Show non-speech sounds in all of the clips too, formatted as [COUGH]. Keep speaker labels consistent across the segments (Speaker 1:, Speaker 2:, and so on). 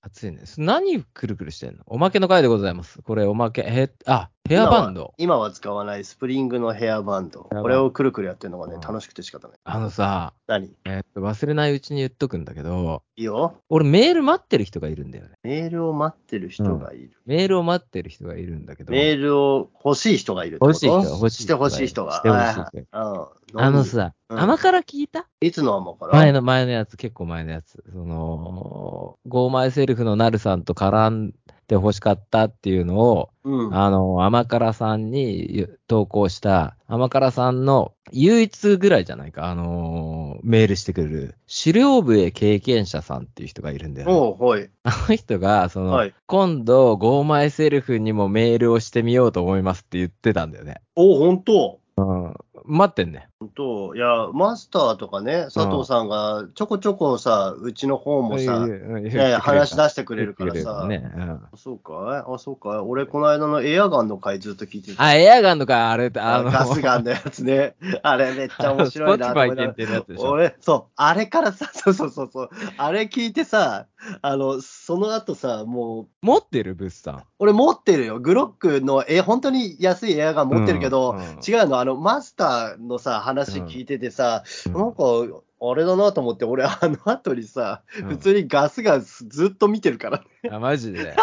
Speaker 1: 暑いね。そ何くるくるしてんのおまけの回でございます。これおまけ、へあ、ヘアバンド。
Speaker 2: 今は使わないスプリングのヘアバンド。
Speaker 1: ヘアバンド
Speaker 2: これをくるくるやってるのがね
Speaker 1: うん、
Speaker 2: 楽しくて仕方ない。
Speaker 1: あのさ、
Speaker 2: 何
Speaker 1: えっと、忘れないうちに言っとくんだけど、
Speaker 2: いいよ。
Speaker 1: 俺メール待ってる人がいるんだよね。
Speaker 2: メールを待ってる人がいる。
Speaker 1: メールを待ってる人がいるんだけど、
Speaker 2: メールを欲しい人がいるってこと
Speaker 1: 欲しい人欲しい人
Speaker 2: してほしい人が。
Speaker 1: してほしい人
Speaker 2: はいはいうん
Speaker 1: あのさ、
Speaker 2: うん
Speaker 1: 甘辛聞いた
Speaker 2: いつの甘から
Speaker 1: 前の前のやつ、結構前のやつ。その、ゴーマイセルフのなるさんと絡んで欲しかったっていうのを、
Speaker 2: うん。
Speaker 1: あの、甘辛さんに投稿した、甘辛さんの唯一ぐらいじゃないか、あのーメールしてくれる、狩猟笛経験者さんっていう人がいるんだよ、ね。
Speaker 2: おう、はい。
Speaker 1: あの人が、その、
Speaker 2: はい
Speaker 1: 今度、ゴーマイセルフにもメールをしてみようと思いますって言ってたんだよね。
Speaker 2: おう、本当
Speaker 1: 待ってんね。
Speaker 2: 本当いや、マスターとかね、佐藤さんがちょこちょこさ、うちの方もさ、いやいや、話し
Speaker 1: し
Speaker 2: 出
Speaker 1: て
Speaker 2: してく
Speaker 1: く
Speaker 2: れるからさ。
Speaker 1: ねうん
Speaker 2: そうかいあ、そうかい俺、この間のエアガンの回ずっと聞いてた。
Speaker 1: あ、エアガンとか、あれ、あ
Speaker 2: あ
Speaker 1: の、
Speaker 2: のガスガンのや
Speaker 1: [LAUGHS]
Speaker 2: つね。あれめっちゃ面白いな
Speaker 1: ス
Speaker 2: と
Speaker 1: ポ
Speaker 2: 思
Speaker 1: ー
Speaker 2: い
Speaker 1: ツ限
Speaker 2: なが
Speaker 1: 定のやつでし
Speaker 2: ら。
Speaker 1: ょ。
Speaker 2: 俺、そう、あれからさ、 [LAUGHS] そうそうそうそう、あれ聞いてさ、あの、その後さ、もう、
Speaker 1: 持ってる物産。
Speaker 2: 俺持ってるよ。グロックの、え、本当に安いエアガン持ってるけど、
Speaker 1: うんうん
Speaker 2: 違うの、あの、マスターのさ、話聞いててさ、
Speaker 1: うん
Speaker 2: なんか、あれだなと思って、俺、あの後にさ、
Speaker 1: うん
Speaker 2: 普通にガスガンずっと見てるから。
Speaker 1: あ、マジで。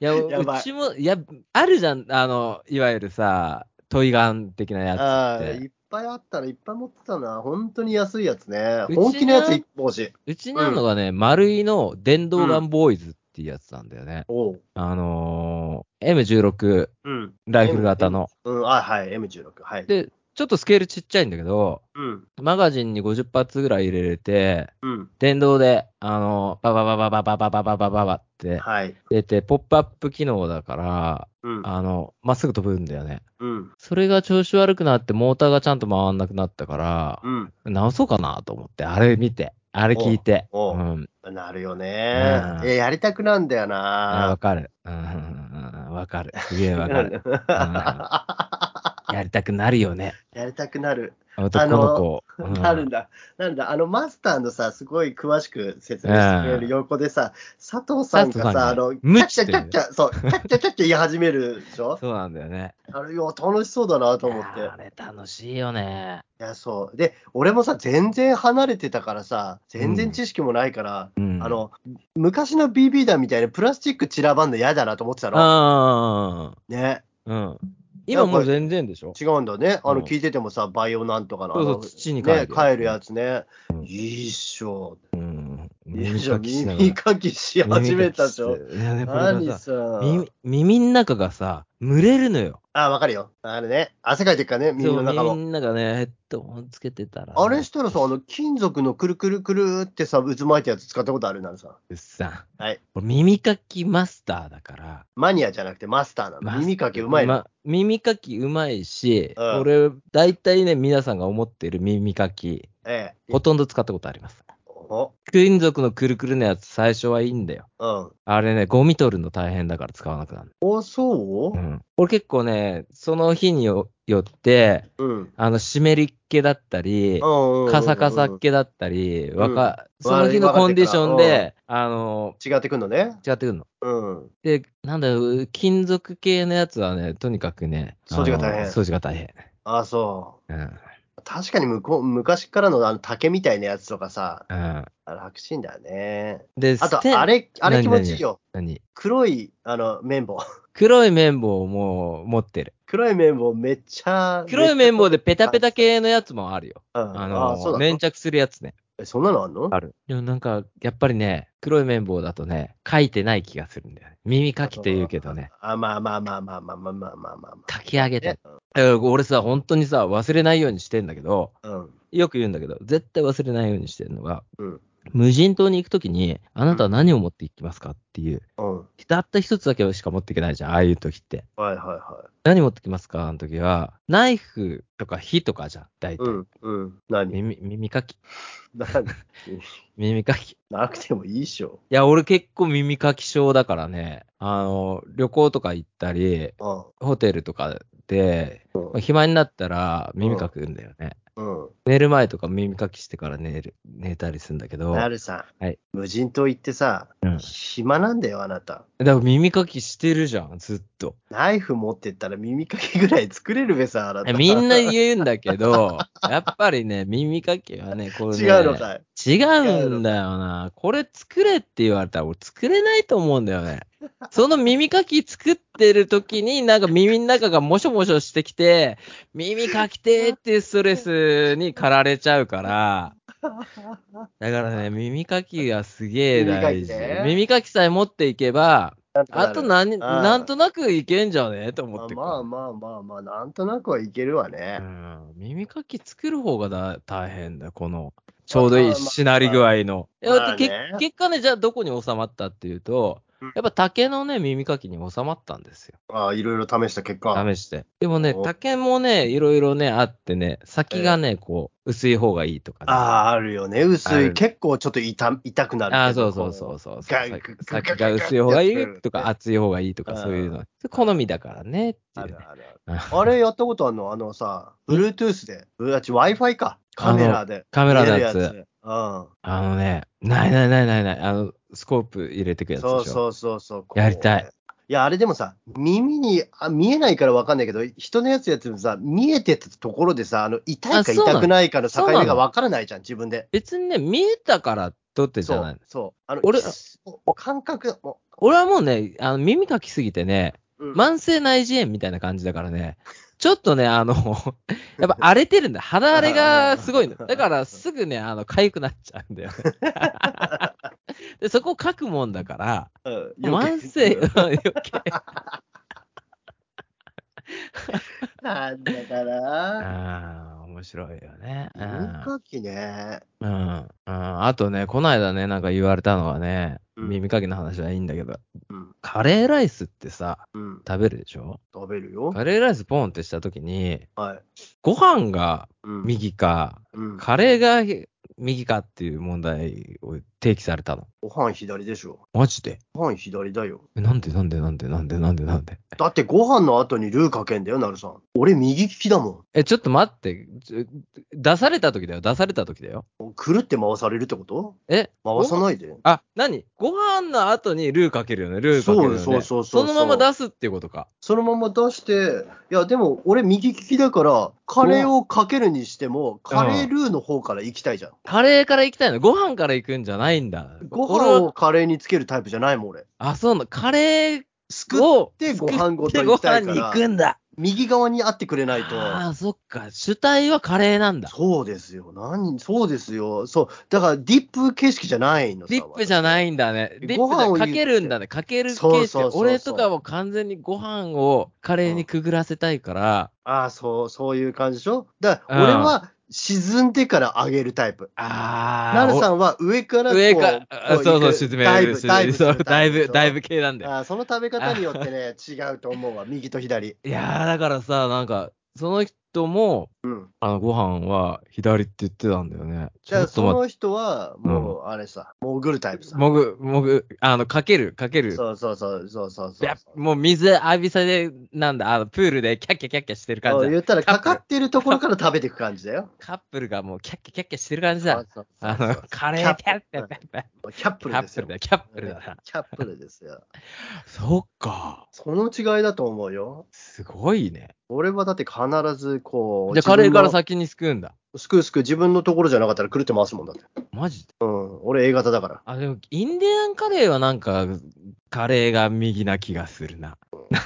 Speaker 1: いや、
Speaker 2: やばいう
Speaker 1: ちも、いや、あるじゃん、あの、いわゆるさ、トイガン的なや
Speaker 2: ああ
Speaker 1: つっ
Speaker 2: ーい
Speaker 1: て。
Speaker 2: っぱいあったらいっぱい持ってたな。本当に安いやつね
Speaker 1: う。ちな
Speaker 2: 本気のやつ一本欲しい。
Speaker 1: うちにあるのがね、丸井の電動ガンボーイズっていうやつなんだよね。
Speaker 2: おう。
Speaker 1: あのー、M16
Speaker 2: うん。
Speaker 1: ライフル型の。
Speaker 2: うん、あ、はい、M16。はい。
Speaker 1: で、ちょっとスケールちっちゃいんだけど、
Speaker 2: うん。
Speaker 1: マガジンに50発ぐらい入れれて、
Speaker 2: うん。
Speaker 1: 電動で、あのー、ババババババババババババって
Speaker 2: はい。
Speaker 1: 出て、ポップアップ機能だから、
Speaker 2: うん。
Speaker 1: あの、まっすぐ飛ぶんだよね。
Speaker 2: うん。
Speaker 1: それが調子悪くなって、モーターがちゃんと回んなくなったから
Speaker 2: う、ん。
Speaker 1: 直そうかなと思って、あれ見て、あれ聞いて。う。
Speaker 2: おうんなるよね。
Speaker 1: うん
Speaker 2: え、やりたくなんだよ
Speaker 1: あわ
Speaker 2: な。
Speaker 1: かる。うんうんうんうんわかる。すげえわかる。うんやりたくなるよね。
Speaker 2: やりたくなる。
Speaker 1: 男の子。うん
Speaker 2: なるんだ。なるんだ。あの、マスターのさ、すごい詳しく説明してくれる横でさ、佐藤さん
Speaker 1: 佐
Speaker 2: が
Speaker 1: 藤さんが
Speaker 2: さ、あの、キ
Speaker 1: 無
Speaker 2: ャッ
Speaker 1: 知
Speaker 2: キ
Speaker 1: っ
Speaker 2: ャ
Speaker 1: て言う
Speaker 2: キャッキャ、そう、キャッキャキャッキャ言い始めるでしょ
Speaker 1: そうなんだよね。
Speaker 2: あの、いや、楽しそうだなと思って。
Speaker 1: あれ楽しいよね。
Speaker 2: いや、そう。で、俺もさ、全然離れてたからさ、全然知識もないから、
Speaker 1: うん。
Speaker 2: あの、昔の BB 弾みたいなプラスチック散らばんの嫌だなと思ってたの。
Speaker 1: あ
Speaker 2: ね。
Speaker 1: ー、うん。今もう全然でしょ
Speaker 2: 違うんだね。あ
Speaker 1: うん
Speaker 2: の、聞いててもさ、バイオなんとかの。
Speaker 1: そうそう
Speaker 2: あの
Speaker 1: 土に帰るや
Speaker 2: ね
Speaker 1: つ
Speaker 2: 帰るやつね。
Speaker 1: うん
Speaker 2: いいっしょ。
Speaker 1: うん。
Speaker 2: いいじゃ
Speaker 1: か
Speaker 2: ん
Speaker 1: きしなが
Speaker 2: 耳かきし
Speaker 1: ら
Speaker 2: 始めたでしょ。。
Speaker 1: 耳かきいやね、これが
Speaker 2: 何
Speaker 1: さ
Speaker 2: さ。
Speaker 1: 耳耳の中がさ、蒸れるのよ。
Speaker 2: あ、わかるよ。あれね。汗かいてるからね、耳の中
Speaker 1: そう
Speaker 2: も。
Speaker 1: 耳の中ね、ヘッドホンつけてたら。
Speaker 2: あれしたらさ、あの、金属のくるくるくるってさ、渦巻いたやつ使ったことあるなるさ。
Speaker 1: うっさん。
Speaker 2: はい。
Speaker 1: 俺耳かきマスターだから。
Speaker 2: マニアじゃなくてマスターな
Speaker 1: マ
Speaker 2: の。
Speaker 1: ス
Speaker 2: 耳かきうまいの。
Speaker 1: ま耳かきうまいし、
Speaker 2: うん
Speaker 1: 俺、大体ね、皆さんが思ってる耳かき、
Speaker 2: ええ。
Speaker 1: ほとんど使ったことあります。
Speaker 2: お
Speaker 1: 金属のくるくるのやつ、最初はいいんだよ。
Speaker 2: うん。
Speaker 1: あれね、ゴミ取るの大変だから使わなくなる。。
Speaker 2: お、そううん
Speaker 1: 俺結構ね、その日によよって、
Speaker 2: うん。
Speaker 1: あの、湿りっ気だったり、
Speaker 2: カ
Speaker 1: カサカサっ気だったり、わか、
Speaker 2: うん
Speaker 1: その日のコンディションで、あの、
Speaker 2: 違ってくんのね。
Speaker 1: 違ってくるの。
Speaker 2: うん。
Speaker 1: で、なんだろう、金属系のやつはね、とにかくね、
Speaker 2: 掃除が大変
Speaker 1: あの掃除が大変。
Speaker 2: あ、そう。
Speaker 1: うん。
Speaker 2: 確かに向こう昔からのあの竹みたいなやつとかさ、
Speaker 1: うん。
Speaker 2: あ楽ちんだよね。
Speaker 1: で、
Speaker 2: あ
Speaker 1: ステン
Speaker 2: と、あれ、あれ気持ちいいよ。
Speaker 1: 何
Speaker 2: 黒い、あの、綿棒。 [LAUGHS]
Speaker 1: 黒い綿棒も持ってる。
Speaker 2: 黒い綿棒めっちゃ。
Speaker 1: 黒い綿棒でペタペタ系のやつもあるよ。
Speaker 2: うん
Speaker 1: あの、
Speaker 2: あそうだ
Speaker 1: 粘着するやつね。
Speaker 2: えそんなのあんの
Speaker 1: ある。でもなんか、やっぱりね、黒い綿棒だとね、書いてない気がするんだよね。耳かきと言うけどね、
Speaker 2: あ、まあまあまあまあまあまあまあまあまあま
Speaker 1: 書き上げ
Speaker 2: あ
Speaker 1: て。えー俺さ、本当にさ、忘れないようにしてんだけど、
Speaker 2: うん。
Speaker 1: よく言うんだけど、絶対忘れないようにしてるのが、
Speaker 2: うん
Speaker 1: 無人島に行くときに、あなたは何を持っていきますかっていう、
Speaker 2: うん。はい
Speaker 1: たった一つだけしか持っていけないじゃん、ああいう時って。
Speaker 2: はいは
Speaker 1: 何持ってきますかあの時は、ナイフとか火とかじゃん、大
Speaker 2: い。
Speaker 1: 体。
Speaker 2: うんうん。
Speaker 1: [LAUGHS]
Speaker 2: 何
Speaker 1: 耳耳かき、
Speaker 2: な
Speaker 1: 耳かき。い
Speaker 2: [LAUGHS] なくてもいいっしょ。
Speaker 1: や、俺結構耳かき症だからね、あの、旅行とか行ったり、
Speaker 2: うん。
Speaker 1: ホテルとかで、
Speaker 2: うん
Speaker 1: まあ暇になったら耳かくんだよね。
Speaker 2: うん。
Speaker 1: 寝る前とか耳かきしてから寝る、寝たりするんだけど、
Speaker 2: な
Speaker 1: だか
Speaker 2: るさん、
Speaker 1: はい
Speaker 2: 無人島行ってさ、
Speaker 1: うん
Speaker 2: 暇なんだよ、あなた。
Speaker 1: ら耳かきしてるじゃん、ずっ
Speaker 2: [LAUGHS]
Speaker 1: と。
Speaker 2: ナイフ持ってったら耳かきぐらい作れるべさ、あなた。
Speaker 1: えみんな言うんだけど、 [LAUGHS] やっぱりね、耳かきはね、これね、
Speaker 2: [LAUGHS] 違うのかい。
Speaker 1: 違うんだよな。これ作れって言われたら俺作れないと思うんだよね。その耳かき作ってる時になんか耳の中がもしょもしょしてきて、耳かきてーっていうストレスに駆られちゃうから。だからね、耳かきがすげえ大事。
Speaker 2: 耳
Speaker 1: 耳か
Speaker 2: かきね
Speaker 1: きさえ持っていけば、
Speaker 2: なんかな
Speaker 1: あ
Speaker 2: る
Speaker 1: と何、
Speaker 2: あー
Speaker 1: なんとなくいけんじゃねえと思
Speaker 2: ま
Speaker 1: っ
Speaker 2: あ
Speaker 1: てくる
Speaker 2: まあまあまあまあ、なんとなくはいけるわね。
Speaker 1: うん耳かき作る方がだ大変だよ、この、ちょうどい
Speaker 2: ま
Speaker 1: い
Speaker 2: あまあ
Speaker 1: しなり具合の。いや
Speaker 2: まあ
Speaker 1: だってけ
Speaker 2: ね
Speaker 1: 結果ね、じゃあどこに収まったっていうと
Speaker 2: うん、
Speaker 1: やっぱ竹のね、耳かきに収まったんですよ。
Speaker 2: ああ、いろいろ試した結果。
Speaker 1: 試して。でもね
Speaker 2: お、
Speaker 1: 竹もね、いろいろね、あってね、先がね、こう、薄い方がいいとかね。
Speaker 2: ああ、あるよね。薄
Speaker 1: あ
Speaker 2: い。
Speaker 1: る
Speaker 2: 結構ちょっと痛痛くなる。
Speaker 1: ああ、そうそうそうそうそう。
Speaker 2: ガ
Speaker 1: 先
Speaker 2: ンガンガンガン
Speaker 1: 先が薄い方がい
Speaker 2: ガンガン
Speaker 1: いと
Speaker 2: ガン
Speaker 1: か、厚い方がいいとか、そういうの。好みだからね、ってい
Speaker 2: あ
Speaker 1: うね
Speaker 2: る。あるある。あれやったことあるのあのさ、Bluetooth で、うあち Wi-Fi か。カメラで。
Speaker 1: カメラのやつ
Speaker 2: 見れるや
Speaker 1: あのね、ないないないないない、あの、スコープ入れてく
Speaker 2: つ。う
Speaker 1: や
Speaker 2: ん。
Speaker 1: つでしょ。
Speaker 2: そうそうそうそう。こう
Speaker 1: やりたい。
Speaker 2: いや、あれでもさ、耳にあ見えないからわかんないけど、人のやつやってもさ、見えてたところでさ、あの痛い
Speaker 1: あそ
Speaker 2: か
Speaker 1: うなの
Speaker 2: 痛くないかの境
Speaker 1: そう
Speaker 2: 目
Speaker 1: な
Speaker 2: が
Speaker 1: の
Speaker 2: わからないじゃん、自分で。
Speaker 1: 別にね、見えたから撮ってじ
Speaker 2: そ。。
Speaker 1: ゃないう
Speaker 2: そう。あの
Speaker 1: 俺
Speaker 2: そう感覚、も
Speaker 1: 俺はもうね、あの耳かきすぎてね、
Speaker 2: う、うん
Speaker 1: 慢性内耳炎みたいな感じだから
Speaker 2: [LAUGHS]
Speaker 1: ね、ちょっとね、あの、やっぱ荒れてるんだ。肌荒れがすごいの。だからすぐね、あの、痒くなっちゃうんだよ
Speaker 2: [LAUGHS]
Speaker 1: ね。でそこを書くもんだから、
Speaker 2: うん
Speaker 1: 慢性、うん余計。
Speaker 2: [LAUGHS] なんだかな。
Speaker 1: ああ、面白いよね。うん
Speaker 2: 耳かきね。
Speaker 1: うん。うんあとね、この間ね、なんか言われたのはね、
Speaker 2: うん
Speaker 1: 耳かきの話はいいんだけど、
Speaker 2: うん。
Speaker 1: カレーライスってさ、
Speaker 2: うん。
Speaker 1: 食べるでしょ
Speaker 2: 食べるよ。
Speaker 1: カレーライスポンってしたときに、
Speaker 2: はい。
Speaker 1: ご飯が
Speaker 2: うん。
Speaker 1: 右か、
Speaker 2: うん、
Speaker 1: カレーが右かっていう問題を提起されたの。
Speaker 2: ご飯左でしょ。
Speaker 1: マジで
Speaker 2: ご飯左だよ。
Speaker 1: えなんでなんでなんでなんでなんでなんで
Speaker 2: だってご飯の後にルーかけんだよ、なるさん。俺右利きだも
Speaker 1: え、ちょっと待って。ちょ出された時だよ。出された時だよ。
Speaker 2: ん。くるって回されるってこと
Speaker 1: え
Speaker 2: 回さ
Speaker 1: い
Speaker 2: ないで。
Speaker 1: あ、何ご飯の後にルーかけるよね。ルーかけるよね。
Speaker 2: そうそうそうそうそう
Speaker 1: のまま出すっていうことか。
Speaker 2: そのまま出して、いや、でも俺右利きだから、カレーをかけるにしても、カレールーの方から行きたいじゃん。
Speaker 1: カレーから行きたいの。ご飯から行くんじゃないんだ。
Speaker 2: ご
Speaker 1: 俺
Speaker 2: 飯
Speaker 1: は
Speaker 2: をカレーにつけるタイプじゃないもん、俺。
Speaker 1: あ、そうなの。カレー
Speaker 2: すくっ
Speaker 1: を
Speaker 2: てご飯ごと
Speaker 1: ご
Speaker 2: 行きた
Speaker 1: 飯
Speaker 2: いか
Speaker 1: に行
Speaker 2: ら、
Speaker 1: くんだ。
Speaker 2: 右側にあってくれないと。
Speaker 1: ああ、そっか。主体はカレーなんだ。
Speaker 2: そうですよ。何そうですよ。そう。だから、ディップ形式じゃないの
Speaker 1: ディップじゃ
Speaker 2: い。
Speaker 1: ないんだね。ディ
Speaker 2: ご飯を
Speaker 1: ップじゃ
Speaker 2: 言う
Speaker 1: かけるんだね。かける
Speaker 2: そうそ
Speaker 1: 形式。
Speaker 2: うそうそう
Speaker 1: 俺とかも完全にご飯をカレーにくぐらせたいから、
Speaker 2: ああ、そう、そういう感じでしょだか
Speaker 1: う
Speaker 2: ら、
Speaker 1: ん
Speaker 2: 俺は沈んでから上げるタイプ。
Speaker 1: あ
Speaker 2: なるさ
Speaker 1: ん
Speaker 2: んは上からこう
Speaker 1: 上か、あ
Speaker 2: こ
Speaker 1: そうそう、
Speaker 2: 行く
Speaker 1: 沈め
Speaker 2: ダイ
Speaker 1: る。
Speaker 2: ブ
Speaker 1: 沈
Speaker 2: ダ
Speaker 1: め
Speaker 2: イブ
Speaker 1: る。
Speaker 2: す
Speaker 1: そう
Speaker 2: るタ
Speaker 1: だ
Speaker 2: イ
Speaker 1: い
Speaker 2: プでし
Speaker 1: ぶ、
Speaker 2: ょ
Speaker 1: だいぶ系なんだよ。
Speaker 2: ああその食べ方によってね、違うと思うわ。右と左。
Speaker 1: いやー、だからさ、なんか、その人も、
Speaker 2: うん。
Speaker 1: あの、ご飯は左って言ってたんだよね。ち
Speaker 2: じゃ
Speaker 1: ょ
Speaker 2: あ、
Speaker 1: っと
Speaker 2: そ
Speaker 1: 待っ
Speaker 2: の人は、もう、あれさ、潜るタイプ
Speaker 1: て。
Speaker 2: さ。
Speaker 1: もぐ、もぐ、あの、かける、かける。
Speaker 2: そうそうそうそうそう
Speaker 1: い
Speaker 2: そう
Speaker 1: や。もう水浴びさで、なんだ、あの、プールでキャッキャキャッキャしてる感
Speaker 2: そう
Speaker 1: じだ
Speaker 2: 言ったら、かかってるところから食べていく感じだよ。
Speaker 1: カップルがもうキャッキャキャッキャしてる感じ
Speaker 2: そ
Speaker 1: だ。
Speaker 2: うそうそう
Speaker 1: あ
Speaker 2: そ
Speaker 1: の
Speaker 2: う、
Speaker 1: カレーキャッ
Speaker 2: キ
Speaker 1: キ
Speaker 2: ャ
Speaker 1: ャ
Speaker 2: ッ
Speaker 1: ッ
Speaker 2: プ
Speaker 1: キャッキャッ
Speaker 2: キャップ
Speaker 1: キ
Speaker 2: ル
Speaker 1: ャ
Speaker 2: で
Speaker 1: ッ
Speaker 2: す
Speaker 1: プ
Speaker 2: よ
Speaker 1: ルだ。よ、キャップルだな。
Speaker 2: キャップルですよ。
Speaker 1: そっか。
Speaker 2: その違いだと思うよ。
Speaker 1: すごいね。
Speaker 2: 俺はだって必ずこう。
Speaker 1: じゃあカレーから
Speaker 2: 自分
Speaker 1: 先にすくうんだ。
Speaker 2: の。すくうすくう自分のところじゃなかったら狂って回すもんだって。
Speaker 1: マジで
Speaker 2: うん。俺 A 型だから。
Speaker 1: あ、でも、インディアンカレーはなんか、カレーが右な気がするな。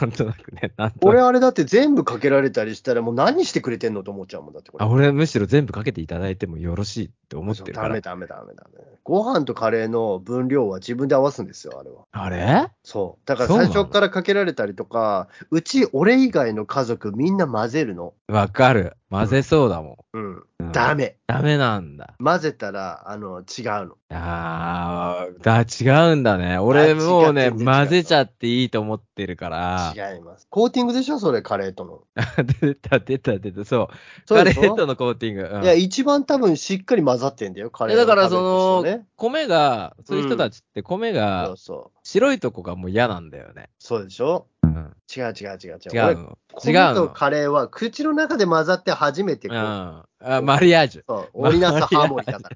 Speaker 1: なんとなくね、なんとな
Speaker 2: 俺
Speaker 1: く。
Speaker 2: あれだって全部かけられたりしたらもう何してくれてんのと思っちゃうもんだってこれ。
Speaker 1: あ俺むしろ全部かけていただいてもよろしいって思ってるか
Speaker 2: ダ
Speaker 1: ら
Speaker 2: メ。ダメダメダメ。ご飯とカレーの分量は自分で合わすんですよ、あれは。
Speaker 1: あれ
Speaker 2: そう。だから
Speaker 1: そうな
Speaker 2: 最
Speaker 1: の
Speaker 2: 初からかけられたりとか、うち俺以外の家族みんな混ぜるの。
Speaker 1: わかる。混ぜそうだも
Speaker 2: うん。
Speaker 1: ん。うん
Speaker 2: ダ。メ。
Speaker 1: ダメなんだ。
Speaker 2: 混ぜたら、あの、違うの。
Speaker 1: あーだ違うんだね。俺もう
Speaker 2: 違
Speaker 1: ね、
Speaker 2: う全然違う
Speaker 1: 混ぜちゃっていいと思ってるから。
Speaker 2: 違います。コーティングでしょそれ、カレーとの。
Speaker 1: [LAUGHS] 出た、出た、出た、そう。
Speaker 2: そう
Speaker 1: カレ
Speaker 2: でしょ
Speaker 1: ーとのコーティング。うん
Speaker 2: いや、一番多分しっかり混ざってんだよ、カレー
Speaker 1: いやだから
Speaker 2: 食べるとしてね
Speaker 1: 米が、そういう人たちって米
Speaker 2: そ
Speaker 1: が
Speaker 2: う、そう。
Speaker 1: 白いとこがもう嫌なんだよね。
Speaker 2: そうでしょ
Speaker 1: うん、
Speaker 2: 違う違う
Speaker 1: 違
Speaker 2: 違う違う。
Speaker 1: う
Speaker 2: 俺
Speaker 1: の。違う
Speaker 2: 米と
Speaker 1: の。
Speaker 2: カレーは口の中で混ざって初めてこう、
Speaker 1: うん。あマリアージュ。
Speaker 2: そう、織りなすハーモニーだか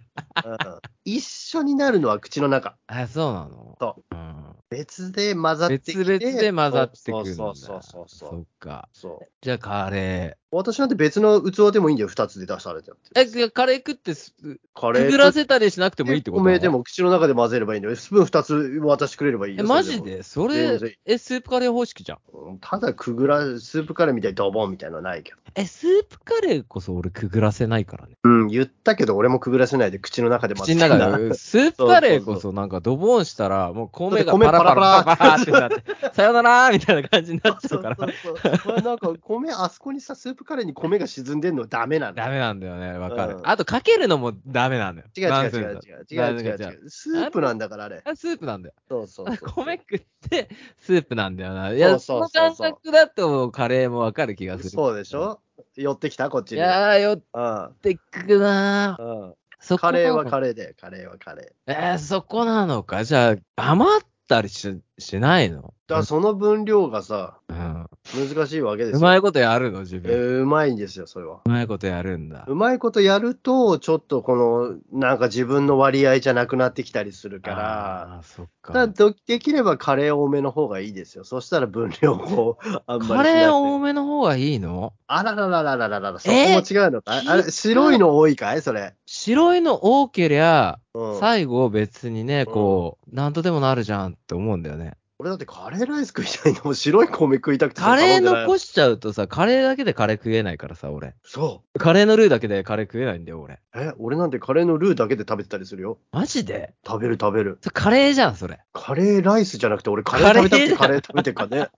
Speaker 2: ら。うん、一緒になるのは口の中。
Speaker 1: あ、そうなの。
Speaker 2: そう
Speaker 1: ん、
Speaker 2: 別で混ざってき
Speaker 1: 別
Speaker 2: て。
Speaker 1: 々で混ざってくるんだ。
Speaker 2: そうそうそうそうそう
Speaker 1: そっか。
Speaker 2: そう。
Speaker 1: じゃあカレ
Speaker 2: 私なんて別の器でもいいんだよ、二つで出されてる
Speaker 1: ー。え、じゃあカレー食ってす、く
Speaker 2: カレー
Speaker 1: ぐらせたりしなくてもいいってこと
Speaker 2: お米でも口の中で混ぜればいいんだよ。スプーン二つ渡してくれればいいよ
Speaker 1: え、マジでそれ
Speaker 2: 全然いい、
Speaker 1: え、スープカレー方式じゃん。
Speaker 2: うんただくぐら、スープカレーみたいにドボンみたいなのはないけど。
Speaker 1: え、スープカレーこそ俺くぐらせないからね。
Speaker 2: うん、言ったけど俺もくぐらせないで口の中で混
Speaker 1: 口
Speaker 2: ぜ
Speaker 1: の
Speaker 2: てんだ
Speaker 1: [LAUGHS] 中で、スープカレーこそなんかドボンしたら、もう米が
Speaker 2: だって米
Speaker 1: パラパラパラパ
Speaker 2: パラ
Speaker 1: ラってなっ
Speaker 2: [LAUGHS]
Speaker 1: て、さよならーみたいな感じになっちゃうから、
Speaker 2: そうそうそう。これなんか米、あそこにさ、スープカレーに米が沈んでんのダメなんだ。
Speaker 1: ダメなんだよね、わかる。
Speaker 2: うん
Speaker 1: あとかけるのもダメなんだよ。
Speaker 2: 違う違う違う違う違う違う違
Speaker 1: なん
Speaker 2: う
Speaker 1: でだ
Speaker 2: スープなんだからあれ。
Speaker 1: あスープなんだよ。
Speaker 2: そうそうそう。
Speaker 1: 米食ってスープなんだよな。いや、
Speaker 2: そ
Speaker 1: そうの
Speaker 2: そうそうそ
Speaker 1: 感
Speaker 2: う
Speaker 1: 覚だとカレーもわかる気がする。
Speaker 2: そうでしょ寄ってきたこっち
Speaker 1: い
Speaker 2: に。
Speaker 1: やー、寄っ
Speaker 2: うん
Speaker 1: てくなー
Speaker 2: うん
Speaker 1: そこ
Speaker 2: カ
Speaker 1: なの
Speaker 2: レーはカレーで、カレーはカレー。
Speaker 1: えー、そこなのか。じゃあ、余ったりししないの
Speaker 2: だからその分量がさ、
Speaker 1: うん、
Speaker 2: 難しいわけですよ。
Speaker 1: うまいことやるの、自
Speaker 2: え
Speaker 1: 分。
Speaker 2: ーうまいんですよ、それは。
Speaker 1: うまいことやるんだ。
Speaker 2: うまいことやると、ちょっとこの、なんか自分の割合じゃなくなってきたりするから、
Speaker 1: あー、そっ
Speaker 2: だから
Speaker 1: か。
Speaker 2: どできればカレー多めの方がいいですよ。そしたら分量を [LAUGHS] あんまりしなくて。
Speaker 1: カレー多めの方がいいの
Speaker 2: あらららららららら、そこも
Speaker 1: え
Speaker 2: 違うのかい、あ
Speaker 1: 聞い
Speaker 2: れ、
Speaker 1: た
Speaker 2: 白いの多いかいそれ。
Speaker 1: 白いの多けりゃ、
Speaker 2: うん。
Speaker 1: 最後別にね、こう、なんとでもなるじゃんって思うんだよね。
Speaker 2: 俺だってカレーライス食いたいのも白い米食いたくて
Speaker 1: カレー
Speaker 2: し
Speaker 1: 残しちゃうとさ、カレーだけでカレー食えないからさ、俺。
Speaker 2: そ
Speaker 1: カレーのルーだけでカレー食えないんだよ、俺。
Speaker 2: う。え、俺なんてカレーのルーだけで食べてたりするよ。
Speaker 1: マジで
Speaker 2: 食べる食べる。
Speaker 1: それカレーじゃん、それ。
Speaker 2: カレーライスじゃなくて俺カレー食べたくてカ
Speaker 1: カ
Speaker 2: レー食べてるからね。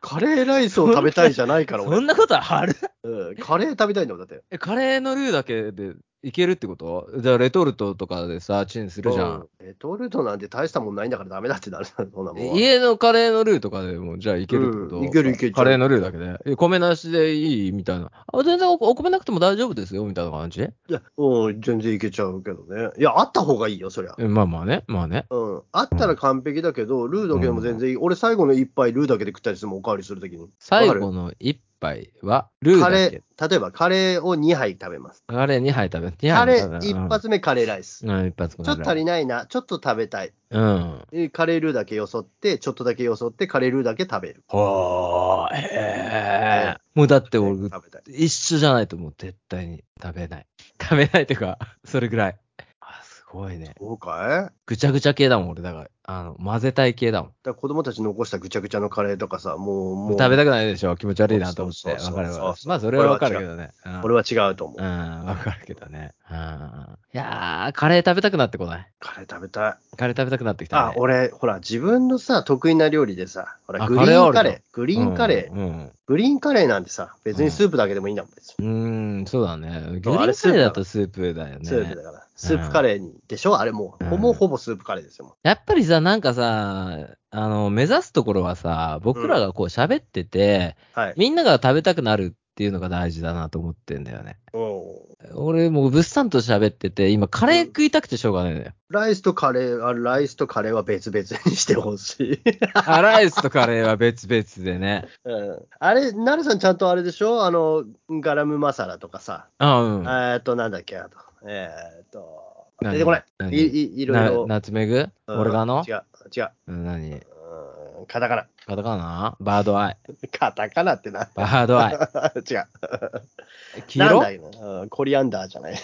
Speaker 2: カレーライスを食べたいじゃないから
Speaker 1: そ
Speaker 2: 俺。
Speaker 1: んなことある
Speaker 2: うんカレー食べたいんだもんだって。
Speaker 1: え、カレーのルーだけでいけるってことじゃあ、レトルトとかでさ、チンするじゃん。
Speaker 2: うんレトルトなんて大したもんないんだからダメだってなる [LAUGHS] そんなもんは。
Speaker 1: 家のカレーのルーとかでも、じゃあいけるってこと、
Speaker 2: うんいけるいける
Speaker 1: カレーのルーだけで。え米なしでいいみたいな。あ、全然おお米なくても大丈夫ですよ、みたいな感じ
Speaker 2: いや、うん、全然いけちゃうけどね。いや、あった方がいいよ、そりゃ。
Speaker 1: えまあまあね、まあね。
Speaker 2: うん。あったら完璧だけど、ルーだけでも全然いい。俺、最後の一杯、ルーだけで食ったりするもん、おかわりするときに。
Speaker 1: 最
Speaker 2: わかる
Speaker 1: 後の一杯は、ルー
Speaker 2: カ
Speaker 1: だ
Speaker 2: レ
Speaker 1: け。
Speaker 2: ー、例えばカレーを2杯食べます。
Speaker 1: カレー2杯食べて。
Speaker 2: カレ
Speaker 1: 二杯食べ
Speaker 2: ー、
Speaker 1: る
Speaker 2: 一。発目カレーライス。
Speaker 1: うん、うん一発ち
Speaker 2: ちょっと足りないな、ちょっと食べたい。
Speaker 1: うん。
Speaker 2: えカレールーだけよそって、ちょっとだけよそって、カレールーだけ食べる。
Speaker 1: ほー、えー。もうだって俺、
Speaker 2: 食べたい。
Speaker 1: 一緒じゃないともう絶対に食べない。食べないというか、 [LAUGHS] それぐらい。あ、すごいね。
Speaker 2: そうかい
Speaker 1: ぐちゃぐちゃ系だもん、俺。だから、あの、混ぜたい系だもん。
Speaker 2: だから子供たち残したぐちゃぐちゃのカレーとかさ、もう、もう、
Speaker 1: 食べたくないでしょ気持ち悪いなと思っ
Speaker 2: そう
Speaker 1: て。
Speaker 2: そうそう
Speaker 1: わかる
Speaker 2: そう
Speaker 1: わ
Speaker 2: そ。う
Speaker 1: まあ、それはわかるけどね。うん
Speaker 2: 俺は違うと思う
Speaker 1: う。ん、わかるけどね。うん。いやー、カレー食べたくなってこない。
Speaker 2: カレー食べたい。
Speaker 1: カレー食べたくなってきた、ね。
Speaker 2: あ、俺、ほら、自分のさ、得意な料理でさ、ほら、
Speaker 1: あ
Speaker 2: グリーンカ
Speaker 1: カレ
Speaker 2: レ
Speaker 1: ーある、
Speaker 2: ーグリーンカレー、
Speaker 1: うんうん
Speaker 2: グリーンカレーなんてさ、別にスープだけでもいいんだもん、別に。
Speaker 1: うん、そうだね。グリーン
Speaker 2: あ
Speaker 1: カレ
Speaker 2: れスープ
Speaker 1: ー
Speaker 2: だ
Speaker 1: だとスープだよ
Speaker 2: スー
Speaker 1: ね
Speaker 2: プ。だから。スープカレーに、でしょあれもう、
Speaker 1: うん
Speaker 2: ほぼほぼスープカレーですよ、も
Speaker 1: やっぱりさ、なんかさ、あの、目指すところはさ、僕らがこう喋ってて、
Speaker 2: う。はい。
Speaker 1: みんなが食べたくなるっていうのが大事だなと思ってんだよね。
Speaker 2: うん
Speaker 1: 俺もう物産と喋ってて、今カレー食いたくてしょうがないのよ。
Speaker 2: ライスとカレー、あライスとカレーは別々にしてほしい。
Speaker 1: あライスとカレーは別々でね。
Speaker 2: うん、あれ、なるさんちゃんとあれでしょあの、ガラムマサラとかさ。
Speaker 1: うん。
Speaker 2: え
Speaker 1: な
Speaker 2: ーっと、なんだっけあと。えーっと、
Speaker 1: 何
Speaker 2: 出てこない。
Speaker 1: 何
Speaker 2: いいいろいろ。
Speaker 1: ナツメグ
Speaker 2: うん
Speaker 1: オレガノ
Speaker 2: 違う、違う。
Speaker 1: うん何
Speaker 2: うんカタカナ。 [LAUGHS]
Speaker 1: カタカナバードアイ。
Speaker 2: カタカナってな。
Speaker 1: バードア
Speaker 2: [LAUGHS]
Speaker 1: イ。
Speaker 2: 違う。
Speaker 1: 黄
Speaker 2: なん
Speaker 1: 色
Speaker 2: だよなうんコリアンダーじゃない。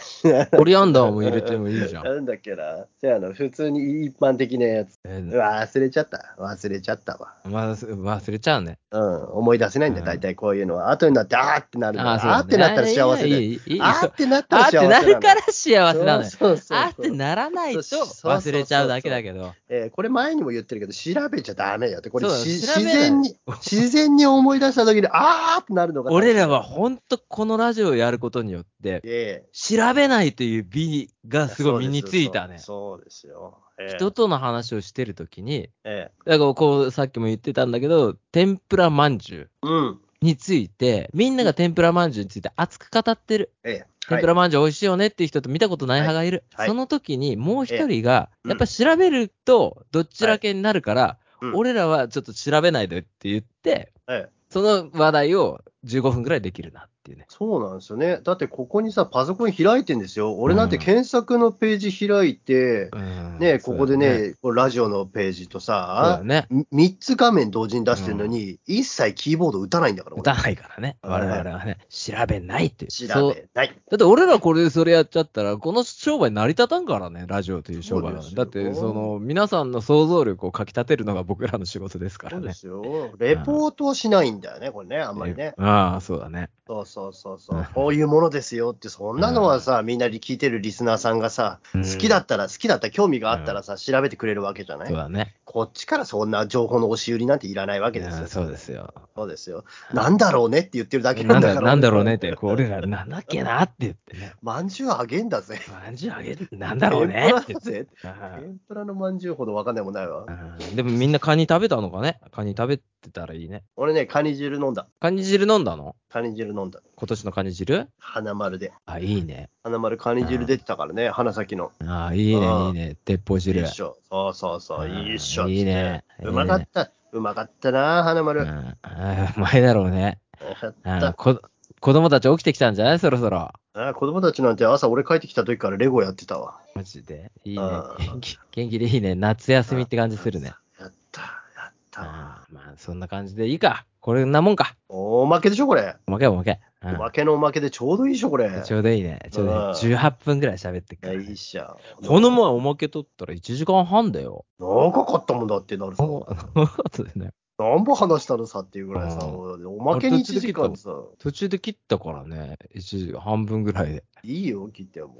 Speaker 1: コリアンダーも入れてもいいじゃん。
Speaker 2: なんだっけな。せやの、普通に一般的なやつ。
Speaker 1: えー
Speaker 2: 忘れちゃった。忘れちゃったわ。
Speaker 1: まあ、す忘れちゃうね。
Speaker 2: うん、思い出せないんだよ、
Speaker 1: うん
Speaker 2: 大体こういうのは。後になって、あーってなるの。あ
Speaker 1: あそう
Speaker 2: ーってなったら幸せ
Speaker 1: いや
Speaker 2: で。
Speaker 1: いいいいいい
Speaker 2: あーってなった
Speaker 1: あ
Speaker 2: ら
Speaker 1: ーっ
Speaker 2: 幸
Speaker 1: て
Speaker 2: せ
Speaker 1: な
Speaker 2: な
Speaker 1: るからら幸せなのよ。
Speaker 2: そうそうそうそう
Speaker 1: あーってならないと
Speaker 2: そうそうそうそ
Speaker 1: 忘
Speaker 2: う
Speaker 1: れちゃうだけだけど。
Speaker 2: えーこれ前にも言ってるけど、調べちゃダメよって。これ
Speaker 1: そうだ調
Speaker 2: し自
Speaker 1: べない
Speaker 2: 然に、自然に思い出した時に、あーってなるのが。
Speaker 1: 俺らは本当このラジオをやることによって、
Speaker 2: え
Speaker 1: 調べないという美
Speaker 2: え、
Speaker 1: がすごい身についたね。
Speaker 2: そうですよ。そうですよ
Speaker 1: 人との話をしてるときに、
Speaker 2: えええ
Speaker 1: だからこう、さっきも言ってたんだけど、天ぷらまんじゅう
Speaker 2: えうん。
Speaker 1: について、みんなが天ぷらまんじゅうについて熱く語ってる。
Speaker 2: ええ。
Speaker 1: 天ぷらまんじゅう美味しいよねっていう人と見たことない派がいる。
Speaker 2: はいはい
Speaker 1: その時にもう一人が、
Speaker 2: ええうん
Speaker 1: やっぱ調べるとどっちらけになるから、
Speaker 2: はいうん
Speaker 1: 俺らはちょっと調べないでって言って、
Speaker 2: はいええ
Speaker 1: その話題を15分くらいできるなっっていうね。
Speaker 2: そうなんですよね。だってここにさ、パソコン開いてんですよ。俺なんて検索のページ開いて、
Speaker 1: うん
Speaker 2: ね、ここで
Speaker 1: そうだね
Speaker 2: ね、こうラジオのページと
Speaker 1: そうだ
Speaker 2: さ、
Speaker 1: ね。
Speaker 2: 3つ画面同時に出してるのに、一切キーボード打たないんだから、俺
Speaker 1: 歌わないからね。
Speaker 2: うん
Speaker 1: 我々はね、調べないっていう。
Speaker 2: 調
Speaker 1: そう
Speaker 2: べない。
Speaker 1: だって俺らこれでそれやっちゃったら、この商売成り立たんからね、ラジオという商売は。
Speaker 2: そうですよ
Speaker 1: だって、その、皆さんの想像力をかき立てるのが僕らの仕事ですか
Speaker 2: そ
Speaker 1: ら
Speaker 2: うで
Speaker 1: ね。
Speaker 2: すよ。レポートをしないんだよね、これね、あんまりね。
Speaker 1: ああ、そうだね。
Speaker 2: そうそうそうそう。こういうものですよって、そんなのはさ、みんなに聞いてるリスナーさんがさ、
Speaker 1: うん
Speaker 2: 好きだったら、好きだったら、興味があったらさ、調べてくれるわけじゃな
Speaker 1: そう
Speaker 2: い
Speaker 1: だね。
Speaker 2: こっちからそんな情報の押し売りなんていらないわけです
Speaker 1: うん
Speaker 2: よ。
Speaker 1: そうですよ。
Speaker 2: そうですよ。なんだろうねって言ってるだけ
Speaker 1: な
Speaker 2: なんんだか
Speaker 1: だ
Speaker 2: ら。
Speaker 1: なんだろうねっ。て、こう俺ら、なんだっけなって言ってね。
Speaker 2: まんじゅうあげんだぜ。
Speaker 1: まんじゅうあげる、なんだろうね
Speaker 2: 天
Speaker 1: って
Speaker 2: ぷ [LAUGHS]
Speaker 1: 言
Speaker 2: らだ
Speaker 1: って。うん
Speaker 2: ぜ。天ぷらのまんじゅうほどわかんないもんないわ。
Speaker 1: うんでもみんなカニ食べたのかねカニ食べてたらいいね。
Speaker 2: 俺ね、カニ汁飲んだ。
Speaker 1: カニ汁飲んだの
Speaker 2: カニ汁飲んだ。
Speaker 1: 今年のカニ汁
Speaker 2: 花丸で。
Speaker 1: あ、いいね。
Speaker 2: 花丸カニ汁出てたからね、花咲の。
Speaker 1: あいい
Speaker 2: あ
Speaker 1: ね、
Speaker 2: ー
Speaker 1: いいね。鉄砲
Speaker 2: いい
Speaker 1: 汁。
Speaker 2: っしょ。そうそうそ
Speaker 1: う
Speaker 2: う。
Speaker 1: ん
Speaker 2: いいっしょ。
Speaker 1: いいね
Speaker 2: つってうまかった。うまかったな、花
Speaker 1: う
Speaker 2: 丸。
Speaker 1: ん
Speaker 2: う
Speaker 1: あーうまいだろうね。
Speaker 2: まかっ
Speaker 1: うん
Speaker 2: た。
Speaker 1: こ子供たち起きてきたんじゃないそろそろ。
Speaker 2: あ子供たちなんて朝俺帰ってきた時からレゴやってたわ。
Speaker 1: マジで。いいね
Speaker 2: あ。ー
Speaker 1: 元気、元気でいいね。夏休みって感じするね。
Speaker 2: やった、やったわ。
Speaker 1: あーまあ、そんな感じでいいか。これんなもんか。
Speaker 2: おまけでしょ、これ。
Speaker 1: おまけおまけ。う
Speaker 2: お
Speaker 1: ん
Speaker 2: まけのおまけでちょうどいいでしょ、これ。
Speaker 1: ちょうどいいね。ちょうどいい。
Speaker 2: うん
Speaker 1: 18分ぐらい喋ってっから
Speaker 2: い
Speaker 1: ね
Speaker 2: やいいっしょ。
Speaker 1: この前おまけ取ったら1時間半だよ。
Speaker 2: 長かったもんだってなるさ。
Speaker 1: そうだよね
Speaker 2: 何本話したのさっていうぐらいさ、
Speaker 1: うん
Speaker 2: おまけに1時間さ、
Speaker 1: [LAUGHS] 途中で切ったからね、1時間半分ぐらいで。
Speaker 2: いいよ、切っても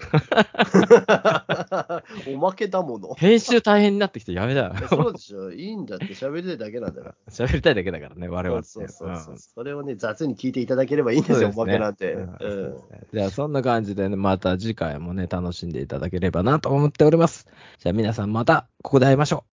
Speaker 2: う。
Speaker 1: [LAUGHS]
Speaker 2: おまけだもの。
Speaker 1: 編集大変になってきてやめだよ。
Speaker 2: えそうでしょ、いいんだって喋りたいだけなんだよ。
Speaker 1: 喋りたいだけだからね、我々って。
Speaker 2: そうそうそうそううんそれをね、雑に聞いていただければいいんですよ、おまけなんて。
Speaker 1: うん
Speaker 2: うん
Speaker 1: そうですねじゃあ、そんな感じでね、また次回もね、楽しんでいただければなと思っております。じゃあ、皆さんまた、ここで会いましょう。